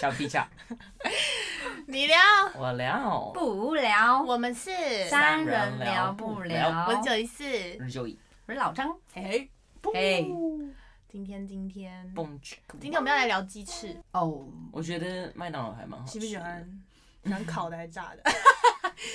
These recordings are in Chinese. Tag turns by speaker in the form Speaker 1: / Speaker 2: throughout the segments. Speaker 1: 小皮巧，
Speaker 2: 你聊，
Speaker 1: 我聊
Speaker 3: 不无聊，
Speaker 2: 我们是
Speaker 3: 三人聊不聊。
Speaker 2: 我是九一四，
Speaker 1: 日就一
Speaker 3: 我是老张，
Speaker 2: 哎，
Speaker 3: 哎
Speaker 2: 今天今天，
Speaker 1: 蹦去。
Speaker 2: 今天我们要来聊鸡翅，
Speaker 3: 哦，
Speaker 1: 我觉得麦当劳还蛮好吃
Speaker 2: 喜
Speaker 1: 的，
Speaker 2: 不喜欢？喜欢烤的还是炸的？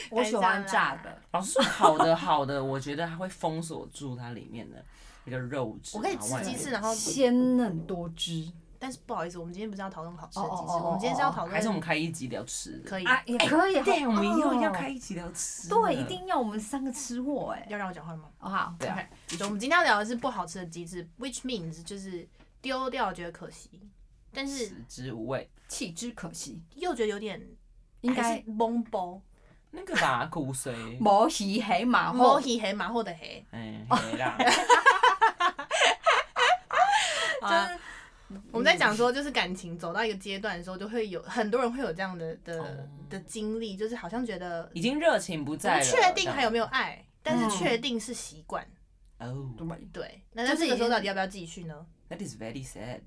Speaker 3: 我喜欢炸
Speaker 2: 该炸
Speaker 3: 的，
Speaker 1: 老师好的好的，我觉得它会封锁住它里面的那个肉质啊。
Speaker 2: 我可以吃
Speaker 1: 外
Speaker 2: 鸡翅，
Speaker 1: 面
Speaker 2: 然后，
Speaker 3: 鲜嫩多汁
Speaker 2: 但是不好意思，我们今天不是要讨论好吃的鸡
Speaker 3: 哦
Speaker 2: 翅
Speaker 3: 哦哦，
Speaker 2: 我们今天是要讨
Speaker 1: 还是我
Speaker 2: 论
Speaker 1: 们开一集聊吃的？
Speaker 2: 啊可以。
Speaker 3: 啊，也可以。
Speaker 1: 哎对，
Speaker 3: 好
Speaker 1: 我们以后一定要
Speaker 3: 哦
Speaker 1: 开一集聊吃的。
Speaker 3: 对，一定要我们三个吃货哎，
Speaker 2: 要让我讲话吗？
Speaker 3: 好不好？
Speaker 1: 对啊
Speaker 2: OK，我们今天要聊的是不好吃的鸡翅，which means 就是丢掉觉得可惜，但是
Speaker 1: 食之无味。
Speaker 3: 弃之可惜，
Speaker 2: 又觉得有点
Speaker 3: 应该
Speaker 2: 懵包，
Speaker 1: 那个吧，骨 髓。
Speaker 3: 摩西黑马
Speaker 2: 摸
Speaker 3: 后
Speaker 2: 黑黑马后的黑，
Speaker 1: 哎，没啦。
Speaker 2: 就
Speaker 3: 啊
Speaker 2: 是我们在
Speaker 1: 嗯
Speaker 2: 讲说，就是感情走到一个阶段的时候，就会有很多人会有这样的的
Speaker 1: 哦
Speaker 2: 的经历，就是好像觉得
Speaker 1: 已经热情不
Speaker 2: 不
Speaker 1: 在了。
Speaker 2: 确定还有没有爱，但是
Speaker 3: 嗯
Speaker 2: 确定是习惯。
Speaker 1: 哦、
Speaker 3: 对
Speaker 2: 对，那那这个时候到底要不要继续呢
Speaker 1: t h a t is very sad.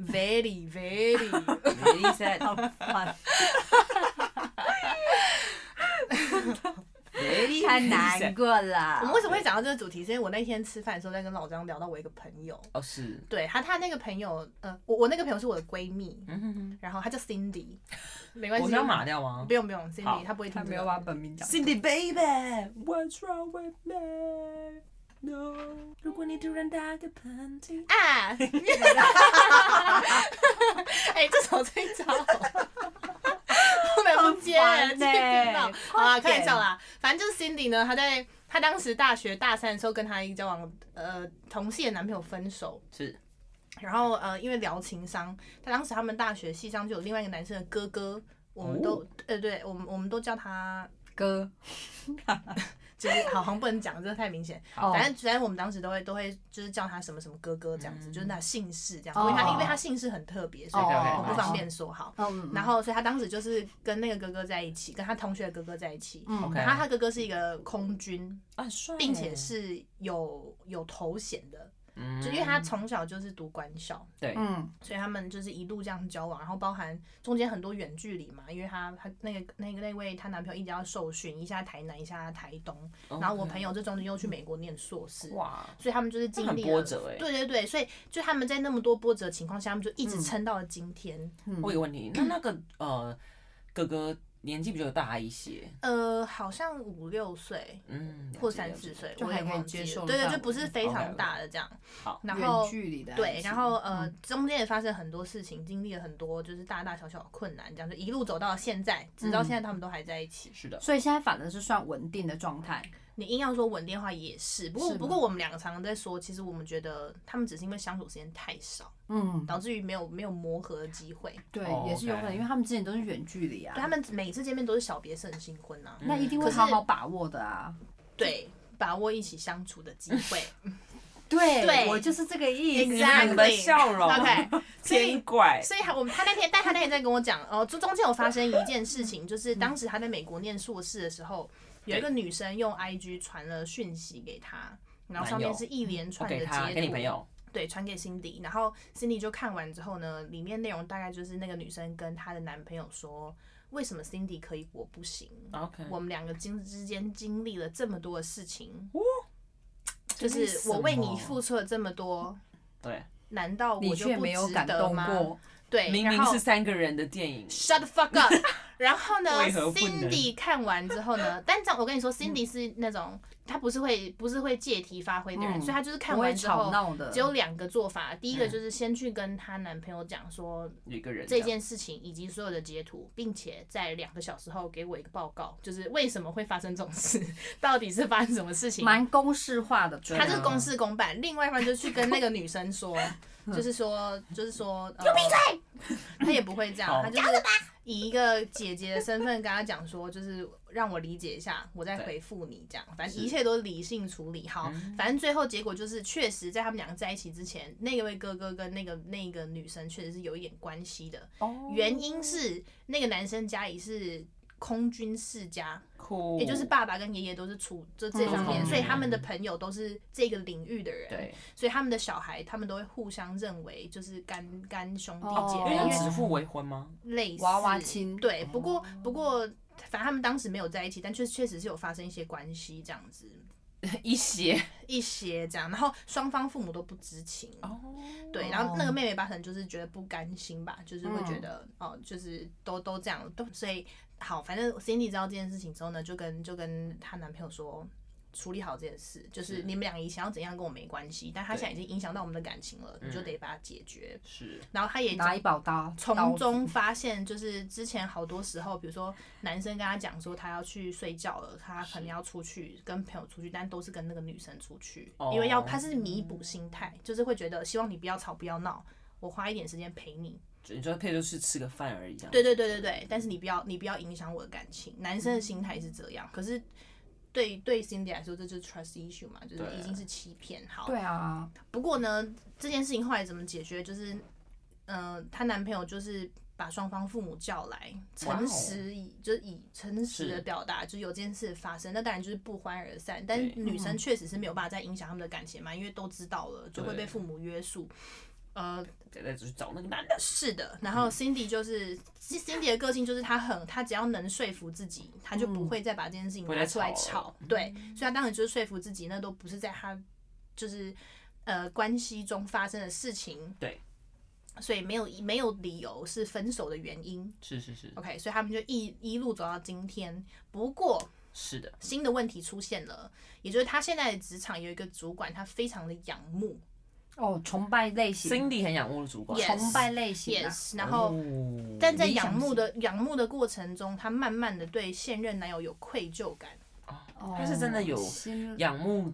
Speaker 2: ？Very very，
Speaker 1: Very sad.
Speaker 3: 烦
Speaker 1: Very
Speaker 3: 太难
Speaker 1: sad.
Speaker 3: 过了
Speaker 2: 我。们为什么会讲到这个主题？是因为我那天吃饭的时候在跟老张聊到我一个朋友，
Speaker 1: 哦，是。
Speaker 2: 对他他那个朋友，呃，我我那个朋友是我的闺蜜，
Speaker 1: 嗯哼哼。
Speaker 2: 然后她叫 Cindy，没关
Speaker 1: 我
Speaker 2: 系
Speaker 1: 是，要码掉吗
Speaker 2: 不用不用
Speaker 1: 好
Speaker 2: ，Cindy 她不会听
Speaker 3: 他
Speaker 2: 这
Speaker 3: 没有
Speaker 2: 个
Speaker 3: 把本名讲出来。
Speaker 1: ？Cindy baby, what's wrong with me? No. 如果你突然打个喷嚏，
Speaker 2: 啊！哎、这首最糟，不能不接，
Speaker 3: 很烦
Speaker 2: 接
Speaker 3: 欸
Speaker 2: 不到。好啦，
Speaker 3: 快点
Speaker 2: 开玩笑啦，反正就是 Cindy 呢，她在她当时大学大三的时候，跟她一个交往呃同系的男朋友分手，
Speaker 1: 是
Speaker 2: 然后呃因为聊情伤，她当时他们大学系上就有另外一个男生的哥哥，我们都、
Speaker 1: 哦
Speaker 2: 呃对，我们我们都叫他。
Speaker 3: 哥，
Speaker 2: 就是好，好像不能讲，这个太明显。
Speaker 3: 哦
Speaker 2: 反正反正我们当时都会都会就是叫他什么什么哥哥这样子，
Speaker 1: 嗯
Speaker 2: 就是那姓氏这样。因
Speaker 3: 哦
Speaker 2: 为他因为他姓氏很特别，所以我
Speaker 3: 哦
Speaker 2: 不方便说好。
Speaker 3: 嗯，
Speaker 2: 然后，所以他当时就是跟那个哥哥在一起，跟他同学的哥哥在一起。
Speaker 3: 嗯
Speaker 1: OK
Speaker 2: 然后他哥哥是一个空军，
Speaker 1: 啊，帅，
Speaker 2: 并且，是有有头衔的，
Speaker 1: 嗯
Speaker 2: 就因为他从小就是读官校，
Speaker 1: 对，
Speaker 3: 嗯，
Speaker 2: 所以他们就是一路这样交往，然后包含中间很多远距离嘛，因为他他那个那个那位她男朋友一直要受训，一下台南，一下台东，
Speaker 3: 哦
Speaker 2: 然后我
Speaker 3: 嗯
Speaker 2: 朋友这中间又去美国念硕士
Speaker 1: OK，，哇，
Speaker 2: 所以他们就是
Speaker 1: 这
Speaker 2: 经
Speaker 1: 很
Speaker 2: 历
Speaker 1: 波
Speaker 2: 了。
Speaker 1: 折哎。
Speaker 2: 对对对，所以就他们在那么多波折的情况下，他们就一
Speaker 1: 嗯
Speaker 2: 直撑到了今天。
Speaker 3: 嗯
Speaker 1: 我有个问题，那那个呃，哥哥年纪比较大一些，
Speaker 2: 呃，好像五六岁
Speaker 1: 嗯，
Speaker 2: 或
Speaker 1: 了解
Speaker 2: 三
Speaker 1: 了
Speaker 2: 四
Speaker 1: 解
Speaker 2: 岁，
Speaker 3: 就
Speaker 2: 我
Speaker 3: 还
Speaker 2: 也
Speaker 3: 可以
Speaker 2: 忘记
Speaker 3: 接
Speaker 2: 了
Speaker 3: 受的
Speaker 2: 对对，
Speaker 3: 范
Speaker 2: 就
Speaker 3: 围
Speaker 2: 不是非常
Speaker 1: OK，OK
Speaker 2: 大的这样。
Speaker 1: 好
Speaker 2: 然
Speaker 3: 远
Speaker 2: 后
Speaker 3: 距离的爱情，
Speaker 2: 对，然后呃，
Speaker 3: 嗯
Speaker 2: 中间也发生很多事情，经历了很多就是大大小小的困难，这样就一路走到现在，直到现在他们都还在一起。
Speaker 1: 是的，
Speaker 3: 所以现在反而是算稳定的状态。
Speaker 2: 你硬要说稳定的话也是，不过
Speaker 3: 是吗
Speaker 2: 不过我们两个常常在说，其实我们觉得他们只是因为相处时间太少，
Speaker 3: 嗯，
Speaker 2: 导致于没有没有磨合的机会。
Speaker 3: 对
Speaker 1: 哦，
Speaker 3: 也是有可
Speaker 1: OK
Speaker 3: 能，因为他们之前都是远距离啊嗯
Speaker 2: 对，他们每次见面都是小别胜新婚啊，
Speaker 1: 嗯
Speaker 3: 那一定会
Speaker 2: 可是
Speaker 3: 好好把握的啊。
Speaker 2: 对，把握一起相处的机 会。
Speaker 3: 对
Speaker 2: 对
Speaker 3: 我就是这个意思。
Speaker 1: 你们的笑容
Speaker 2: OK，所
Speaker 1: 偏
Speaker 2: 以。
Speaker 1: 怪，
Speaker 2: 所以他我们他那天，但他那天在跟我讲，哦，中中间有发生一件事情，就是当时他在美国念硕士的时候，有一个女生用 IG 传了讯息给他，然后上面
Speaker 1: 男友
Speaker 2: 是一连
Speaker 1: 我
Speaker 2: 串的
Speaker 1: 给他
Speaker 2: 截
Speaker 1: 给你
Speaker 2: 图，
Speaker 1: 朋友，
Speaker 2: 对，传给 Cindy，然后 Cindy 就看完之后呢，里面内容大概就是那个女生跟她的男朋友说，为什么 Cindy 可以，我不行？
Speaker 1: OK，
Speaker 2: 我们两个经之间经历了这么多的事情，
Speaker 1: 哦
Speaker 2: 就是我为你付
Speaker 1: 出，
Speaker 2: 出了这么多，
Speaker 1: 对，
Speaker 2: 难道
Speaker 3: 你
Speaker 2: 我就
Speaker 3: 却
Speaker 2: 不
Speaker 3: 没有
Speaker 2: 值
Speaker 3: 感
Speaker 2: 得
Speaker 3: 动
Speaker 2: 吗？
Speaker 3: 过，
Speaker 2: 对，
Speaker 1: 明
Speaker 2: 然
Speaker 1: 明
Speaker 2: 后
Speaker 1: 是三个人的电影，
Speaker 2: shut the fuck up。然后呢
Speaker 1: 为何不能
Speaker 2: ，Cindy 看完之后呢，但这样我跟你说，Cindy
Speaker 3: 嗯
Speaker 2: 是那种她不是会不是会借题发挥的人，
Speaker 3: 嗯
Speaker 2: 所以她就是看
Speaker 3: 不会
Speaker 2: 完之
Speaker 3: 吵
Speaker 2: 后。
Speaker 3: 闹的，
Speaker 2: 只有两个做法，第一个
Speaker 1: 嗯
Speaker 2: 就是先去跟她男朋友讲说
Speaker 1: 有一个人
Speaker 2: 这件事情以及所有的截图，并且在两个小时后给我一个报告，就是为什么会发生这种事， 到底是发生什么事情？
Speaker 3: 蛮公式化的。
Speaker 2: 他
Speaker 3: 对
Speaker 2: 是
Speaker 3: 啊
Speaker 2: 公事公办，另外一方就去跟那个女生说，就是说，就是说，给我闭嘴。他也不会这样，
Speaker 1: 好
Speaker 2: 他就是以一个姐姐的身份跟他讲说，就是让我理解一下，我再
Speaker 1: 对
Speaker 2: 回复你这样。反正
Speaker 1: 是
Speaker 2: 一切都是理性处理。好，反正最后结果就是，确实在他们两个在一起之前，那位哥哥跟那个那个女生确实是有一点关系的。
Speaker 1: 哦
Speaker 2: 原因是那个男生家里是空军世家，
Speaker 1: 酷，
Speaker 2: 也
Speaker 3: 嗯
Speaker 2: 就是爸爸跟爷爷都是处这这方面，
Speaker 1: 嗯
Speaker 2: 所以他们的朋友都是这个领域的人，
Speaker 1: 对，
Speaker 2: 所以他们的小孩他们都会互相认为就是干干兄弟姐
Speaker 1: 因
Speaker 3: 哦
Speaker 1: 为
Speaker 2: 妹，
Speaker 1: 要
Speaker 2: 因
Speaker 1: 指腹为婚吗？
Speaker 2: 为类似
Speaker 3: 娃娃亲
Speaker 2: 对，不
Speaker 1: 哦
Speaker 2: 过不过。反正他们当时没有在一起，但确确实是有发生一些关系这样子，
Speaker 3: 一些
Speaker 2: 一些这样，然后双方父母都不知情。
Speaker 1: 哦，
Speaker 2: 对，然后那个妹妹吧，可能就是觉得不甘心吧，就是会觉
Speaker 3: 嗯
Speaker 2: 得、哦，就是都都这样，都所以好，反正 Cindy 知道这件事情之后呢，就跟就跟她男朋友说。处理好这件事，就是
Speaker 1: 是
Speaker 2: 你们俩以前要怎样跟我没关系，但他现在已经影响到我们的感情了，你就
Speaker 1: 嗯
Speaker 2: 得把它解决。
Speaker 1: 是
Speaker 2: 然后他也
Speaker 3: 拿一把刀，刀
Speaker 2: 从
Speaker 3: 子
Speaker 2: 中发现，就是之前好多时候，比如说男生跟他讲说他要去睡觉了，他可能要出去跟朋友出去，但都是跟那个女生出去，
Speaker 1: 哦
Speaker 2: 因为要他是弥补心态，就是会觉得希望你不要吵不要闹，我花一点时间陪你。
Speaker 1: 你说配就是吃个饭而已，这样
Speaker 2: 对对对对对，但是你不要你不要影响我的感情。男生的心态是这样，可是对对 Cindy 来说，这就是 trust issue 嘛，就是
Speaker 1: 对
Speaker 2: 已经是欺骗。好，
Speaker 3: 对啊，
Speaker 2: 不过呢，这件事情后来怎么解决？就是，呃，她男朋友就是把双方父母叫来，
Speaker 1: 哇哦
Speaker 2: 诚实以就是以诚实的
Speaker 1: 是
Speaker 2: 表达，就是有这件事发生，那当然就是不欢而散。但是
Speaker 1: 对
Speaker 2: 女生确实是没有办法再影响他们的感情嘛，因为都知道了，就会被
Speaker 1: 对
Speaker 2: 父母约束。呃，
Speaker 1: 再再去找那个男的，
Speaker 2: 是的，然
Speaker 1: 嗯
Speaker 2: 后 Cindy 就是、Cindy 的个性就是她很，她只要能说服自己，她就不会再把这件事情
Speaker 1: 不会
Speaker 2: 拿
Speaker 1: 再
Speaker 2: 出来
Speaker 1: 吵嗯
Speaker 2: 吵。对，所以她当时就是说服自己，那都不是在她就是呃关系中发生的事情。
Speaker 1: 对，
Speaker 2: 所以没有没有理由是分手的原因。
Speaker 1: 是是是
Speaker 2: OK，所以他们就一一路走到今天。不过
Speaker 1: 是的，
Speaker 2: 新的问题出现了，也就是她现在的职场有一个主管，她非常的仰慕
Speaker 3: 哦，崇拜类型，
Speaker 1: Cindy 很仰慕的主管
Speaker 2: Yes
Speaker 3: 崇拜类型啊，
Speaker 2: ，yes，然后。
Speaker 1: 哦
Speaker 2: 但在
Speaker 3: 理想
Speaker 2: 仰慕
Speaker 3: 型
Speaker 2: 的仰慕的过程中，她慢慢的对现任男友有愧疚感。
Speaker 3: 哦
Speaker 1: 他是真的有
Speaker 3: 心
Speaker 1: 仰慕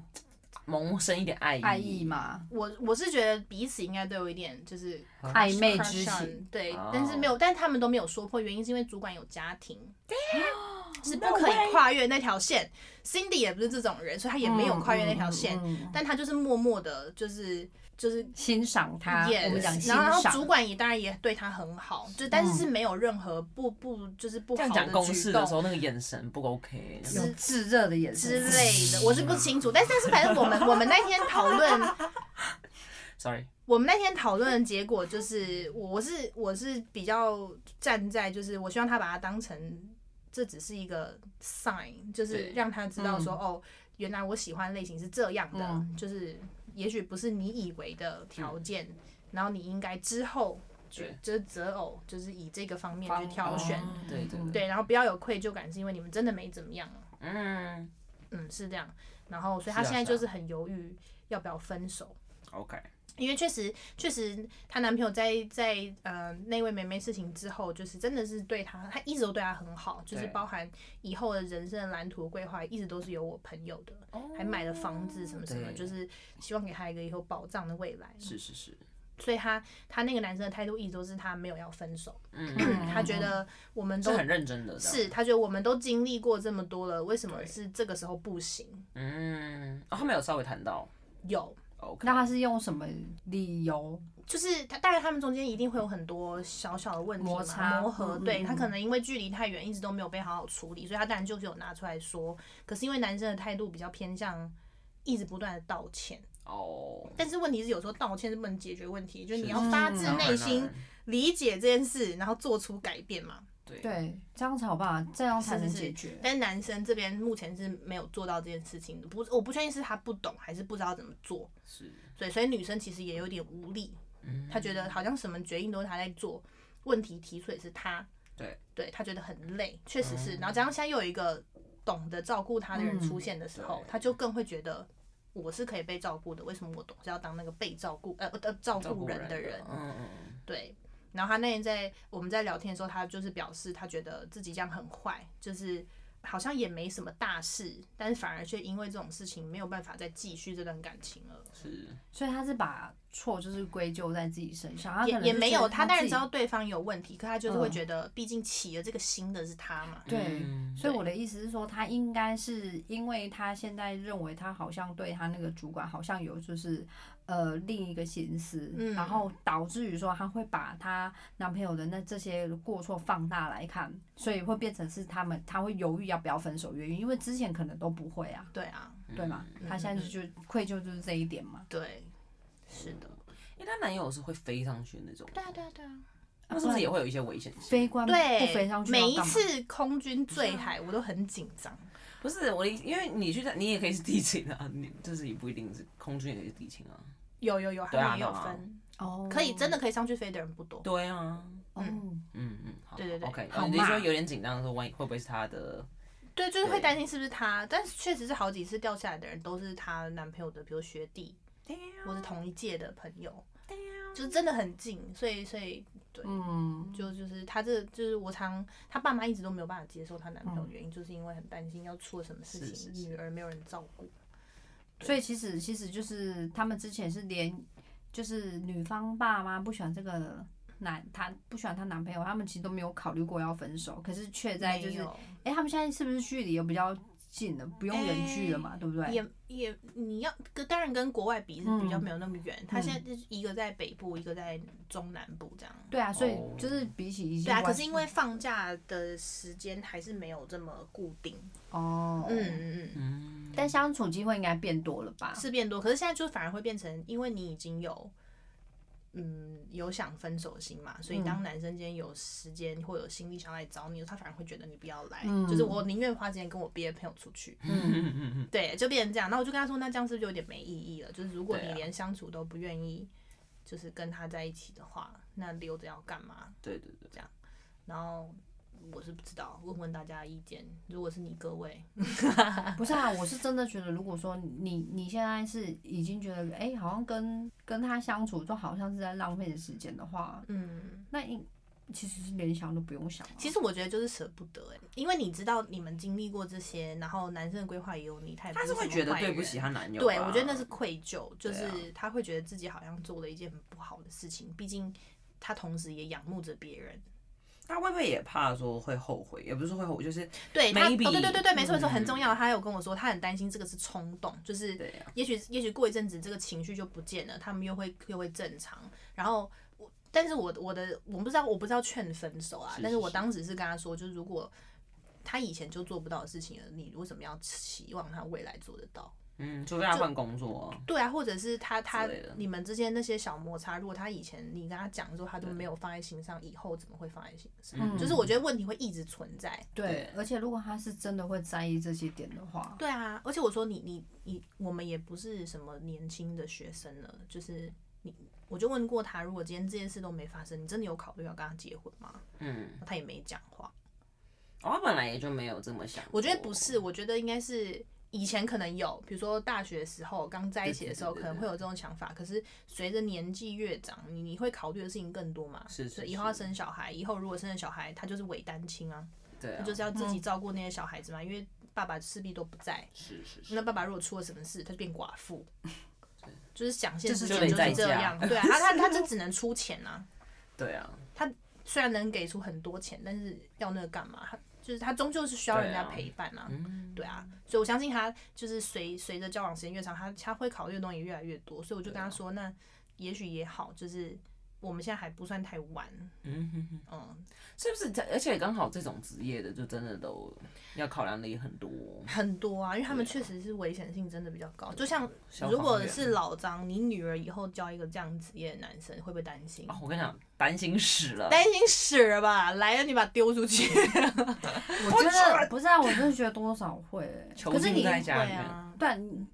Speaker 1: 萌生一点爱意，
Speaker 3: 爱意嘛，
Speaker 2: 我我是觉得彼此应该都有一点就是
Speaker 1: 嗯
Speaker 3: 暧昧
Speaker 2: crush on，
Speaker 3: 之情，
Speaker 2: 对
Speaker 1: 哦
Speaker 2: 但是没有，但他们都没有说破，原因是因为主管有家庭。
Speaker 3: 啊
Speaker 2: 是不
Speaker 1: no
Speaker 2: 可以
Speaker 1: way
Speaker 2: 跨越那条线，Cindy 也不是这种人，所以她也没有跨越那条线，
Speaker 3: 嗯嗯嗯
Speaker 2: 但她就是默默的，就是就是
Speaker 3: 欣赏他，啊我们讲
Speaker 2: yes，
Speaker 3: 欣
Speaker 2: 然后然后
Speaker 3: 赏，嗯
Speaker 2: 主管也当然也对她很好，就但是是没有任何不不就是不
Speaker 1: 这样
Speaker 2: 好
Speaker 1: 讲
Speaker 2: 的
Speaker 1: 公
Speaker 2: 举
Speaker 1: 式
Speaker 2: 动
Speaker 1: 的时候，那个眼神不 OK，
Speaker 2: 是
Speaker 3: 有炙热的眼
Speaker 2: 之
Speaker 3: 神
Speaker 2: 类的，我是不清楚，但但是反正我们我们那天讨论
Speaker 1: ，sorry，
Speaker 2: 我们那天讨论的结果就是，我我是我是比较站在，就是我希望他把它当成这只是一个 sign，就是
Speaker 1: 对嗯
Speaker 2: 让他知道说，哦，原来我喜欢类型是这样的，
Speaker 3: 嗯
Speaker 2: 就是也许不是你以为的条件，然后你应该之后
Speaker 1: 嗯
Speaker 2: 就
Speaker 1: 对
Speaker 2: 就是择偶，就是以这个方面去
Speaker 3: 方
Speaker 2: 挑选，
Speaker 1: 哦对对对，
Speaker 3: 嗯
Speaker 2: 对，然后不要有愧疚感，是因为你们真的没怎么样，啊
Speaker 1: 嗯
Speaker 2: 嗯，是这样，然后所
Speaker 1: 是
Speaker 2: 以他
Speaker 1: 啊
Speaker 2: 现
Speaker 1: 是啊
Speaker 2: 在就是很犹豫要不要分手。
Speaker 1: ，OK，
Speaker 2: 因为确实，确实，她男朋友在在呃那位妹妹事情之后，就是真的是对她，她一直都对她很好，就是
Speaker 1: 对
Speaker 2: 包含以后的人生的蓝图规划，一直都是有我朋友的，还买了房子什么什么，
Speaker 1: 哦对
Speaker 2: 就是希望给她一个以后保障的未来。
Speaker 1: 是是是，
Speaker 2: 所以她她那个男生的态度一直都是他没有要分手，
Speaker 1: 嗯，
Speaker 2: 他觉得我们
Speaker 1: 是
Speaker 2: 都
Speaker 1: 很认真的，这样
Speaker 2: 是，他觉得我们都经历过这么多了，为什么
Speaker 1: 对
Speaker 2: 是这个时候不行？
Speaker 1: 嗯，哦，他们有稍微谈到
Speaker 2: 有
Speaker 1: ，OK，
Speaker 3: 那他是用什么理由？
Speaker 2: 就是他，当然他们中间一定会有很多小小的问题嘛
Speaker 3: 摩擦
Speaker 2: 磨合。
Speaker 3: 嗯
Speaker 2: 对
Speaker 3: 嗯
Speaker 2: 他
Speaker 3: 嗯
Speaker 2: 可能因为距离太远，一直都没有被好好处理，所以他当然就是有拿出来说。可是因为男生的态度比较偏向一直不断的道歉，
Speaker 1: 哦，
Speaker 2: 但是问题是有时候道歉是不能解决问题，就是你
Speaker 1: 是
Speaker 2: 要发自
Speaker 1: 当然
Speaker 2: 内心
Speaker 3: 嗯
Speaker 1: 当然
Speaker 2: 理解这件事，然后做出改变嘛。
Speaker 1: 对
Speaker 3: 对，这样才好办法，这样才能
Speaker 2: 是是
Speaker 3: 解决。
Speaker 2: 但是男生这边目前是没有做到这件事情的，不，我不确定是他不懂还是不知道怎么做。
Speaker 1: 是，
Speaker 2: 对，所以女生其实也有点无力，
Speaker 1: 嗯
Speaker 2: 她觉得好像什么决定都是她在做，问题提出也是她，
Speaker 1: 对，
Speaker 2: 对她觉得很累，确实是。然后加上现在又有一个懂得照顾她的人出现的时候
Speaker 1: 嗯，对
Speaker 2: 她就更会觉得我是可以被照顾的，为什么我总是要当那个被照顾呃呃照
Speaker 1: 照
Speaker 2: 顾
Speaker 1: 顾
Speaker 2: 人的人
Speaker 1: 人？嗯嗯嗯，
Speaker 2: 对。然后她那天在我们在聊天的时候，她就是表示她觉得自己这样很坏，就是。好像也没什么大事，但是反而却因为这种事情没有办法再继续这段感情了。
Speaker 1: 是
Speaker 3: 所以他是把错就是归咎在自己身上，啊他可
Speaker 2: 也
Speaker 3: 能
Speaker 2: 也
Speaker 3: 就
Speaker 2: 没
Speaker 3: 觉得
Speaker 2: 有，
Speaker 3: 他
Speaker 2: 当然
Speaker 3: 自
Speaker 2: 知
Speaker 3: 己
Speaker 2: 道对方有问题，可他就是会
Speaker 3: 嗯
Speaker 2: 觉得，毕竟起了这个心的是他嘛。
Speaker 3: 对
Speaker 1: 嗯
Speaker 3: 所以
Speaker 2: 对
Speaker 3: 我的意思是说，他应该是因为他现在认为他好像对他那个主管好像有就是呃另一个心思，
Speaker 2: 嗯
Speaker 3: 然后导致于说他会把她男朋友的那这些过错放大来看，所以会变成是他们他会犹豫要不要分手原因，因为之前可能都不会啊，
Speaker 2: 对啊，
Speaker 3: 对吗？
Speaker 2: 嗯
Speaker 3: 他现在就愧疚就是这一点嘛，
Speaker 2: 对，是的，
Speaker 1: 因为她男友是会飞上去的那种，
Speaker 2: 对啊，对啊，对啊。
Speaker 1: 那是不是也会有一些危险性？
Speaker 3: 飞官不
Speaker 2: 对，
Speaker 3: 飞上去要
Speaker 2: 每一
Speaker 3: 干嘛
Speaker 2: 次空军坠海，我都很紧张。
Speaker 1: 不是我的意，因为你去，你也可以是地勤啊，你就是也不一定是空军，也是地勤啊。
Speaker 2: 有有有，他
Speaker 1: 对啊
Speaker 2: 们也有
Speaker 1: 对啊
Speaker 2: 分，
Speaker 3: 哦，
Speaker 2: 可以真的可以上去飞的人不多。
Speaker 1: 对啊，
Speaker 3: 哦，
Speaker 1: 嗯嗯，好
Speaker 2: 对对对
Speaker 1: ，OK。
Speaker 3: 好
Speaker 1: 哦你是说
Speaker 3: 嘛
Speaker 1: 有点紧张的时候，万一会不会是他的？
Speaker 2: 对，就是会
Speaker 1: 对
Speaker 2: 担心是不是他，但是确实是好几次掉下来的人都是她男朋友的，比如学弟或是同一届的朋友，就是真的很近，所以所以
Speaker 3: 嗯，
Speaker 2: 就就是她这就是我常她爸妈一直都没有办法接受她男朋友
Speaker 3: 嗯
Speaker 2: 的原因，就是因为很担心要出了什么事
Speaker 1: 是
Speaker 2: 情，
Speaker 1: 是是
Speaker 2: 女儿没有人照顾。
Speaker 3: 所以其实其实就是他们之前是连，就是女方爸妈不喜欢这个男，她不喜欢她男朋友，他们其实都没有考虑过要分手，可是却在就是，
Speaker 2: 没
Speaker 3: 哎、
Speaker 2: 有
Speaker 3: 他们现在是不是距离又比较近了，不用远距了嘛，对不对？
Speaker 2: 也也你要跟当然跟国外比是比较
Speaker 3: 嗯
Speaker 2: 没有那么远，她现在就是一个在北部，一个在中南部这样。
Speaker 3: 对啊，所以
Speaker 1: 哦
Speaker 3: 就是比起已经
Speaker 2: 对啊，可
Speaker 3: 关
Speaker 2: 是因为放假的时间还是没有这么固定。
Speaker 3: 哦，
Speaker 2: 嗯，嗯嗯，
Speaker 1: 嗯，
Speaker 3: 但相处机会应该变多了吧？
Speaker 2: 是变多，可是现在就反而会变成，因为你已经有，嗯，有想分手的心嘛，
Speaker 3: 嗯
Speaker 2: 所以当男生今天有时间或有心力想来找你，他反而会觉得你不要来，
Speaker 3: 嗯
Speaker 2: 就是我宁愿花时间跟我毕业朋友出去。
Speaker 3: 嗯，
Speaker 2: 对，就变成这样。那我就跟他说，那这样是不是有点没意义了？就是如果
Speaker 1: 对
Speaker 2: 你
Speaker 1: 啊
Speaker 2: 连相处都不愿意，就是跟他在一起的话，那留着要干嘛？
Speaker 1: 对对对，
Speaker 2: 然后我是不知道，问问大家意见。如果是你各位，
Speaker 3: 不是啊，我是真的觉得，如果说你你现在是已经觉得，哎、好像跟跟他相处就好像是在浪费时间的话，
Speaker 2: 嗯，
Speaker 3: 那应其实是连想都不用想、啊。
Speaker 2: 其实我觉得就是舍不得哎、因为你知道你们经历过这些，然后男生的规划也有你，他也不
Speaker 1: 她是
Speaker 2: 什么
Speaker 1: 会觉得
Speaker 2: 坏
Speaker 1: 对
Speaker 2: 人
Speaker 1: 不起。她男友吧。
Speaker 2: 对，我觉得那是愧疚，就
Speaker 1: 对啊
Speaker 2: 是他会觉得自己好像做了一件很不好的事情，毕竟他同时也仰慕着别人。
Speaker 1: 她会不会也怕说会后悔？也不是说会后悔，就是
Speaker 2: 对他，哦
Speaker 1: Maybe
Speaker 2: 对对对对，没错没错，
Speaker 1: 嗯
Speaker 2: 很重要。他有跟我说，他很担心这个是冲动，就是
Speaker 1: 对啊呀，
Speaker 2: 也许也许过一阵子这个情绪就不见了，他们又会又会正常。然后我，但是我我的我不知道我不知道劝分手啊，
Speaker 1: 是
Speaker 2: 但是
Speaker 1: 是
Speaker 2: 我
Speaker 1: 是
Speaker 2: 当时是跟他说，就是如果他以前就做不到的事情了，你为什么要期望他未来做得到？
Speaker 1: 嗯，除非她换工作啊，
Speaker 2: 对啊，或者是他他
Speaker 1: 之类的
Speaker 2: 你们之间那些小摩擦，如果他以前你跟他讲之后，他都没有放在心上，以后怎么会放在心上？
Speaker 3: 嗯
Speaker 2: 就是我觉得问题会一直存在。
Speaker 3: 对
Speaker 1: 对，
Speaker 3: 而且如果他是真的会在意这些点的话，
Speaker 2: 对啊，而且我说你你你，我们也不是什么年轻的学生了，就是你，我就问过他，如果今天这件事都没发生，你真的有考虑要跟他结婚吗？
Speaker 1: 嗯，
Speaker 2: 他也没讲话。
Speaker 1: 哦她本来也就没有这么想。
Speaker 2: 我觉得不是，，我觉得应该是以前可能有，比如说大学时候刚在一起的时候，
Speaker 1: 对对对对
Speaker 2: 可能会有这种想法。可是随着年纪越长，你你会考虑的事情更多嘛？
Speaker 1: 是是
Speaker 2: 所以以后要
Speaker 1: 是
Speaker 2: 生小孩，以后如果生了小孩，他就是伪单亲啊，
Speaker 1: 对啊
Speaker 2: 他，就是要自己照顾那些小孩子嘛，因为爸爸势必都不在。
Speaker 1: 是是是，
Speaker 2: 那爸爸如果出了什么事，他就变寡妇，就是想现实
Speaker 3: 就是
Speaker 2: 就
Speaker 3: 得
Speaker 2: 是
Speaker 1: 再
Speaker 2: 这
Speaker 1: 嫁
Speaker 2: 样，对啊，他他他就只能出钱啊，
Speaker 1: 对啊，
Speaker 2: 虽然能给出很多钱，但是要那个干嘛？他就是他终究是需要人家
Speaker 1: 对啊
Speaker 2: 陪伴啊，
Speaker 1: 嗯，
Speaker 2: 对啊，所以我相信他就是随随着交往时间越长，他他会考虑的东西越来越多，所以我就跟
Speaker 1: 啊
Speaker 2: 他说，那也许也好，就是我们现在还不算太晚，
Speaker 1: 嗯哼哼。
Speaker 2: 嗯，
Speaker 1: 是不是这？而且刚好这种职业的，就真的都要考量的也很多。
Speaker 2: 很多啊，因为他们
Speaker 1: 对啊
Speaker 2: 确实是危险性真的比较高，就像
Speaker 1: 消防
Speaker 2: 如果
Speaker 1: 员
Speaker 2: 是老张，你女儿以后交一个这样职业的男生，会不会担心？
Speaker 1: 哦，我跟你讲，担心死了。
Speaker 2: 担心死了吧？来了，你把它丢出去。
Speaker 3: 我觉得不是啊，我真的觉得多少会、欸。
Speaker 1: 囚
Speaker 3: 可是
Speaker 1: 禁
Speaker 3: 你
Speaker 1: 在 家里
Speaker 2: 对
Speaker 1: 面，
Speaker 2: 啊，
Speaker 3: 对，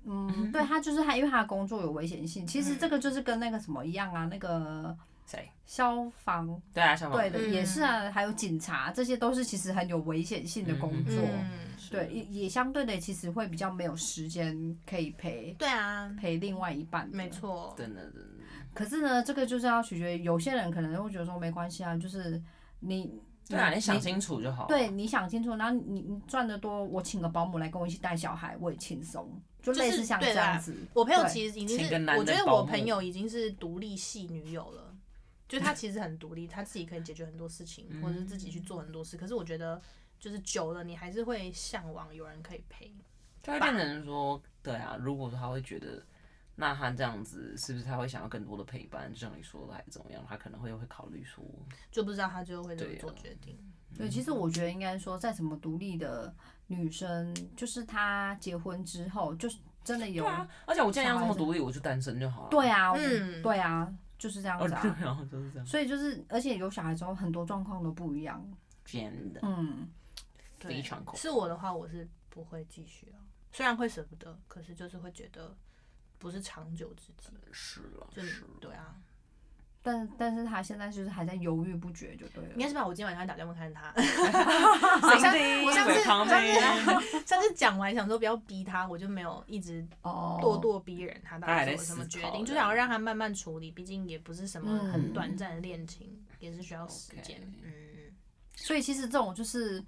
Speaker 3: 嗯，对他就是他，因为他的工作有危险性。其实
Speaker 2: 嗯
Speaker 3: 这个就是跟那个什么一样啊，那个
Speaker 1: 谁？
Speaker 3: 消防
Speaker 1: 对啊，消防
Speaker 3: 队
Speaker 1: 员
Speaker 3: 的
Speaker 2: 嗯
Speaker 3: 也是啊，还有警察，这些都是其实很有危险性的工作。
Speaker 2: 嗯，
Speaker 3: 对，也也相对的，其实会比较没有时间可以陪
Speaker 2: 对啊，
Speaker 3: 陪另外一半。
Speaker 2: 没。错，
Speaker 1: 真的真的，
Speaker 3: 可是呢，这个就是要取决于有些人可能会觉得说没关系啊，就是你
Speaker 1: 对啊，你想清楚就好。
Speaker 3: 对，，你想清楚，然后你你赚的多，我请个保姆来跟我一起带小孩，我也轻松，就类似像这样子。
Speaker 2: 我朋友
Speaker 3: 对
Speaker 2: 其实已经
Speaker 1: 请个
Speaker 2: 是，
Speaker 1: 男的
Speaker 2: 我觉得
Speaker 1: 保
Speaker 2: 我
Speaker 1: 姆
Speaker 2: 朋友已经是独立系女友了，就她其实很独立，她自己可以解决很多事情，或者是自己去做很多事。可是我觉得，就是久了，你还是会向往有人可以陪。
Speaker 1: 啊就会变成说，对啊，如果他会觉得，那他这样子是不是他会想要更多的陪伴？就像你说的，还是怎么样？他可能会会考虑说，
Speaker 2: 就不知道她最后会怎么
Speaker 1: 对啊
Speaker 2: 做决定。
Speaker 3: 对，其实我觉得应该说，再怎么独立的女生，就是她结婚之后，就是真的有
Speaker 1: 对啊，而且我既然要这么独立，我就单身就好了。
Speaker 3: 对啊，
Speaker 2: 嗯
Speaker 3: 对啊，就是这样
Speaker 1: 哦，
Speaker 3: 子啊。
Speaker 1: 对啊，就是这 样。
Speaker 3: 所以就是，而且有小孩之后，很多状况都不一样。
Speaker 1: 真的，
Speaker 3: 嗯，
Speaker 2: 对
Speaker 1: 非常恐怖
Speaker 2: 是我的话，我是不会继续啊，虽然会舍不得，可是就是会觉得不是长久之计。
Speaker 1: 是了，
Speaker 2: 就是是
Speaker 1: 了。
Speaker 2: 对啊，
Speaker 3: 但但是她现在就是还在犹豫不决，就对
Speaker 2: 应
Speaker 3: 了。
Speaker 2: 该是吧？我今天晚上打电话看他，
Speaker 1: 上
Speaker 2: 上
Speaker 1: 帝
Speaker 2: 我上次
Speaker 1: 在旁
Speaker 2: 上次 上次讲完想说不要逼他，我就没有一直
Speaker 3: 哦，
Speaker 2: 咄咄逼人，他到
Speaker 1: 他还
Speaker 2: 底
Speaker 1: 在
Speaker 2: 做了什么
Speaker 1: 思
Speaker 2: 决
Speaker 1: 考
Speaker 2: 定，就
Speaker 1: 这
Speaker 2: 想要
Speaker 1: 样
Speaker 2: 让他慢慢处理，毕竟也不是什么很
Speaker 3: 嗯
Speaker 2: 短暂的恋情，也是需要时间
Speaker 1: OK。
Speaker 2: 嗯，
Speaker 3: 所以其实这种就是，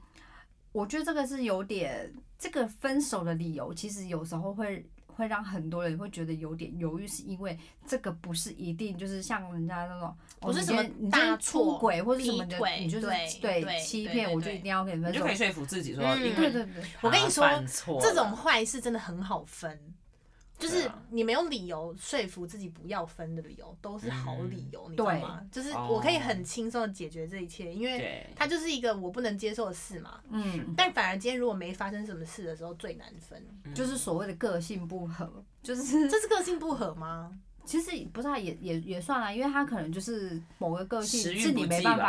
Speaker 3: 我觉得这个是有点，这个分手的理由，其实有时候会会让很多人会觉得有点犹豫，是因为这个不是一定就是像人家那种，
Speaker 2: 不是
Speaker 3: 哦你
Speaker 2: 什么
Speaker 3: 今天你今
Speaker 2: 大
Speaker 3: 天出
Speaker 2: 错
Speaker 3: 轨或者什么
Speaker 2: 劈
Speaker 3: 的，
Speaker 2: 腿
Speaker 3: 你就是
Speaker 2: 对对
Speaker 3: 欺
Speaker 2: 对
Speaker 3: 骗，
Speaker 2: 对
Speaker 3: 我就
Speaker 2: 对
Speaker 3: 一定要跟你
Speaker 1: 你
Speaker 3: 分
Speaker 1: 就
Speaker 3: 手
Speaker 1: 可以。说服自己说，
Speaker 2: 嗯
Speaker 1: 因
Speaker 3: 对
Speaker 1: 为
Speaker 3: 对对，
Speaker 2: 我跟你说
Speaker 1: 他犯错了
Speaker 2: 这种坏事真的很好分。就
Speaker 1: 对
Speaker 2: 是
Speaker 1: 啊
Speaker 2: 你没有理由说服自己不要分的理由，都是好理由，你知道
Speaker 3: 对
Speaker 2: 吗？就是
Speaker 1: 嗯哦
Speaker 2: 我可以很轻松的解决这一切，因为
Speaker 1: 对，
Speaker 2: 它就是一个我不能接受的事嘛。
Speaker 3: 嗯，
Speaker 2: 但反而今天如果没发生什么事的时候最难分，
Speaker 3: 就是所谓的个性不合，就是
Speaker 2: 这是个性不合吗？
Speaker 3: 其实不是啊，也也也算啦，因为他可能就是某个个性
Speaker 1: 食欲
Speaker 3: 是
Speaker 1: 不
Speaker 3: 你没
Speaker 1: 济
Speaker 3: 办
Speaker 1: 吧